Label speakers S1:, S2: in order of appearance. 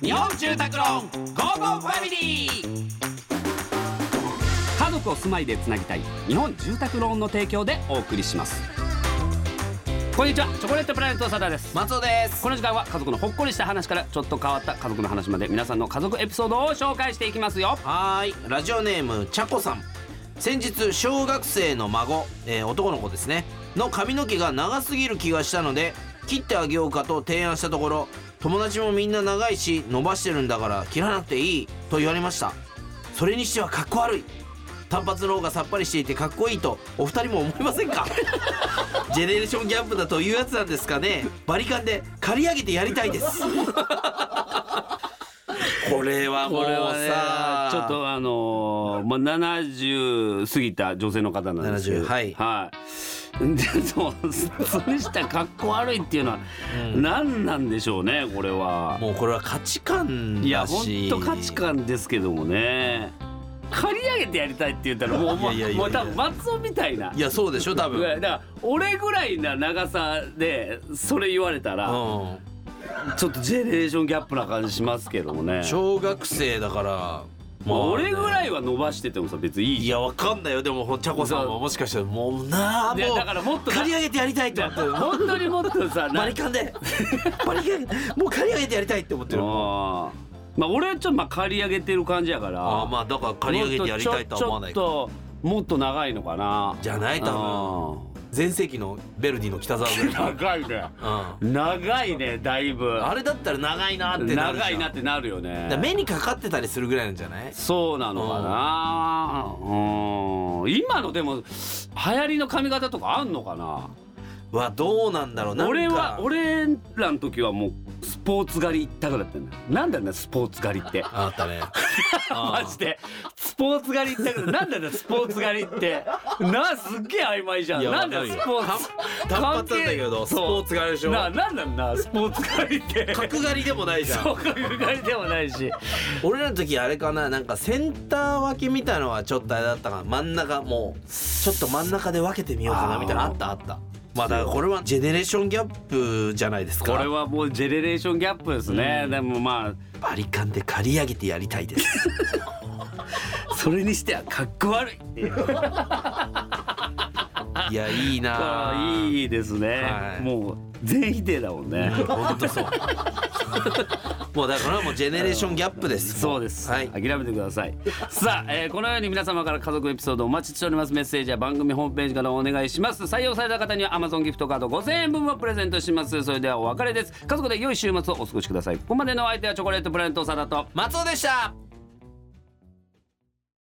S1: 日本住宅ローンゴーゴーファミリー家族を住まいでつなぎたい日本住宅ローンの提供でお送りしますこんにちはチョコレートプラネットサダです
S2: 松尾です
S1: この時間は家族のほっこりした話からちょっと変わった家族の話まで皆さんの家族エピソードを紹介していきますよ
S2: はーいラジオネームちゃこさん先日小学生の孫、えー男の子ですねの髪の毛が長すぎる気がしたので切ってあげようかと提案したところ友達もみんな長いし伸ばしてるんだから切らなくていいと言われましたそれにしてはかっこ悪い単発の方がさっぱりしていてかっこいいとお二人も思いま せんかジェネレーションギャップだというやつなんですかねバリカンで刈り上げてやりたいです これはも
S1: こ
S2: うさ
S1: れはねちょっとあのーまあ、70過ぎた女性の方なんですけど
S2: 70はい
S1: はいでそうそれしたかっこ悪いっていうのは
S2: うん
S1: 何なんでしょうねこれは
S2: もうこれは価値観だし
S1: いや本当価値観ですけどもね刈り上げてやりたいって言ったらもうもう
S2: いやいやいやいや
S1: もう多分松尾みたいない
S2: やそうでしょ多分、
S1: だから俺ぐらいな長さでそれ言われたら
S2: う
S1: ちょっとジェネレーションギャップな感じしますけどもね
S2: ん、小学生だから
S1: まあ俺ぐら
S2: い
S1: いは伸ばしててもさ別にいいじゃん
S2: いやわかんないよでもほんちゃこさんはもしかしたらもうなあ
S1: いや
S2: もう
S1: だからもっとな
S2: 刈り上げてやりたいと思ってる
S1: 本当にもっとさ
S2: バリカンでバリカンもう刈り上げてやりたいって思ってる
S1: あまあ俺はちょっとまあ刈り上げてる感じやから
S2: ああまあだから刈り上げてやりたいとは思わない
S1: ちょっともっと長いのかな
S2: じゃない多分全盛期のベルディの北沢ぐらい、
S1: 長いね
S2: うん、
S1: 長いねだいぶ
S2: あれだったら長いなってなるじゃん
S1: 長いなっ
S2: だか
S1: てなるよね
S2: ら目にかかってたりするぐらいなんじゃない
S1: そうなのかなうん今のでも流行りの髪型とかあんのかな
S2: はどうなんだろうなんか
S1: 俺は俺らの時はもうスポーツ狩り一択だったんだよなんだよねスポーツ狩りって
S2: あった ね
S1: マジでスポーツ狩り行ったけどなんだよスポーツ狩りってなすっげえ曖昧じゃん
S2: いや
S1: なんだよス
S2: わかる
S1: ポ
S2: よ
S1: ーツ
S2: 単
S1: 関
S2: 発
S1: 係
S2: なんだけどス
S1: そう
S2: ポーツがあるでしょ
S1: ななんなんだスポーツ狩りって
S2: 角刈りでもないじゃ
S1: そうん角刈りでもないし
S2: 俺らの時あれかななんかセンター分けみたいのはちょっとあれだったかな真ん中もうちょっと真ん中で分けてみようか
S1: あ
S2: な
S1: ー
S2: みたいなのあったあったまあだからこれはジェネレーションギャップじゃないですか
S1: これはもうジェネレーションギャップですねでもま
S2: バリカンで刈り上げてやりたいです
S1: あそれにしてはかっこ悪いっていう
S2: いやいいな
S1: あ
S2: あ
S1: ーいいですね、
S2: はい
S1: もう全否定だもんね
S2: ほんとそう もうだからもうジェネレーションギャップです
S1: そうです、
S2: はい
S1: 諦めてくださいさあ、えーこのように皆様から家族エピソードお待ちしておりますメッセージは番組ホームページからお願いします採用された方には Amazon ギフトカード5000円分をプレゼントしますそれではお別れです家族で良い週末をお過ごしくださいここまでのお相手はチョコレートプラネット長田と
S2: 松尾でした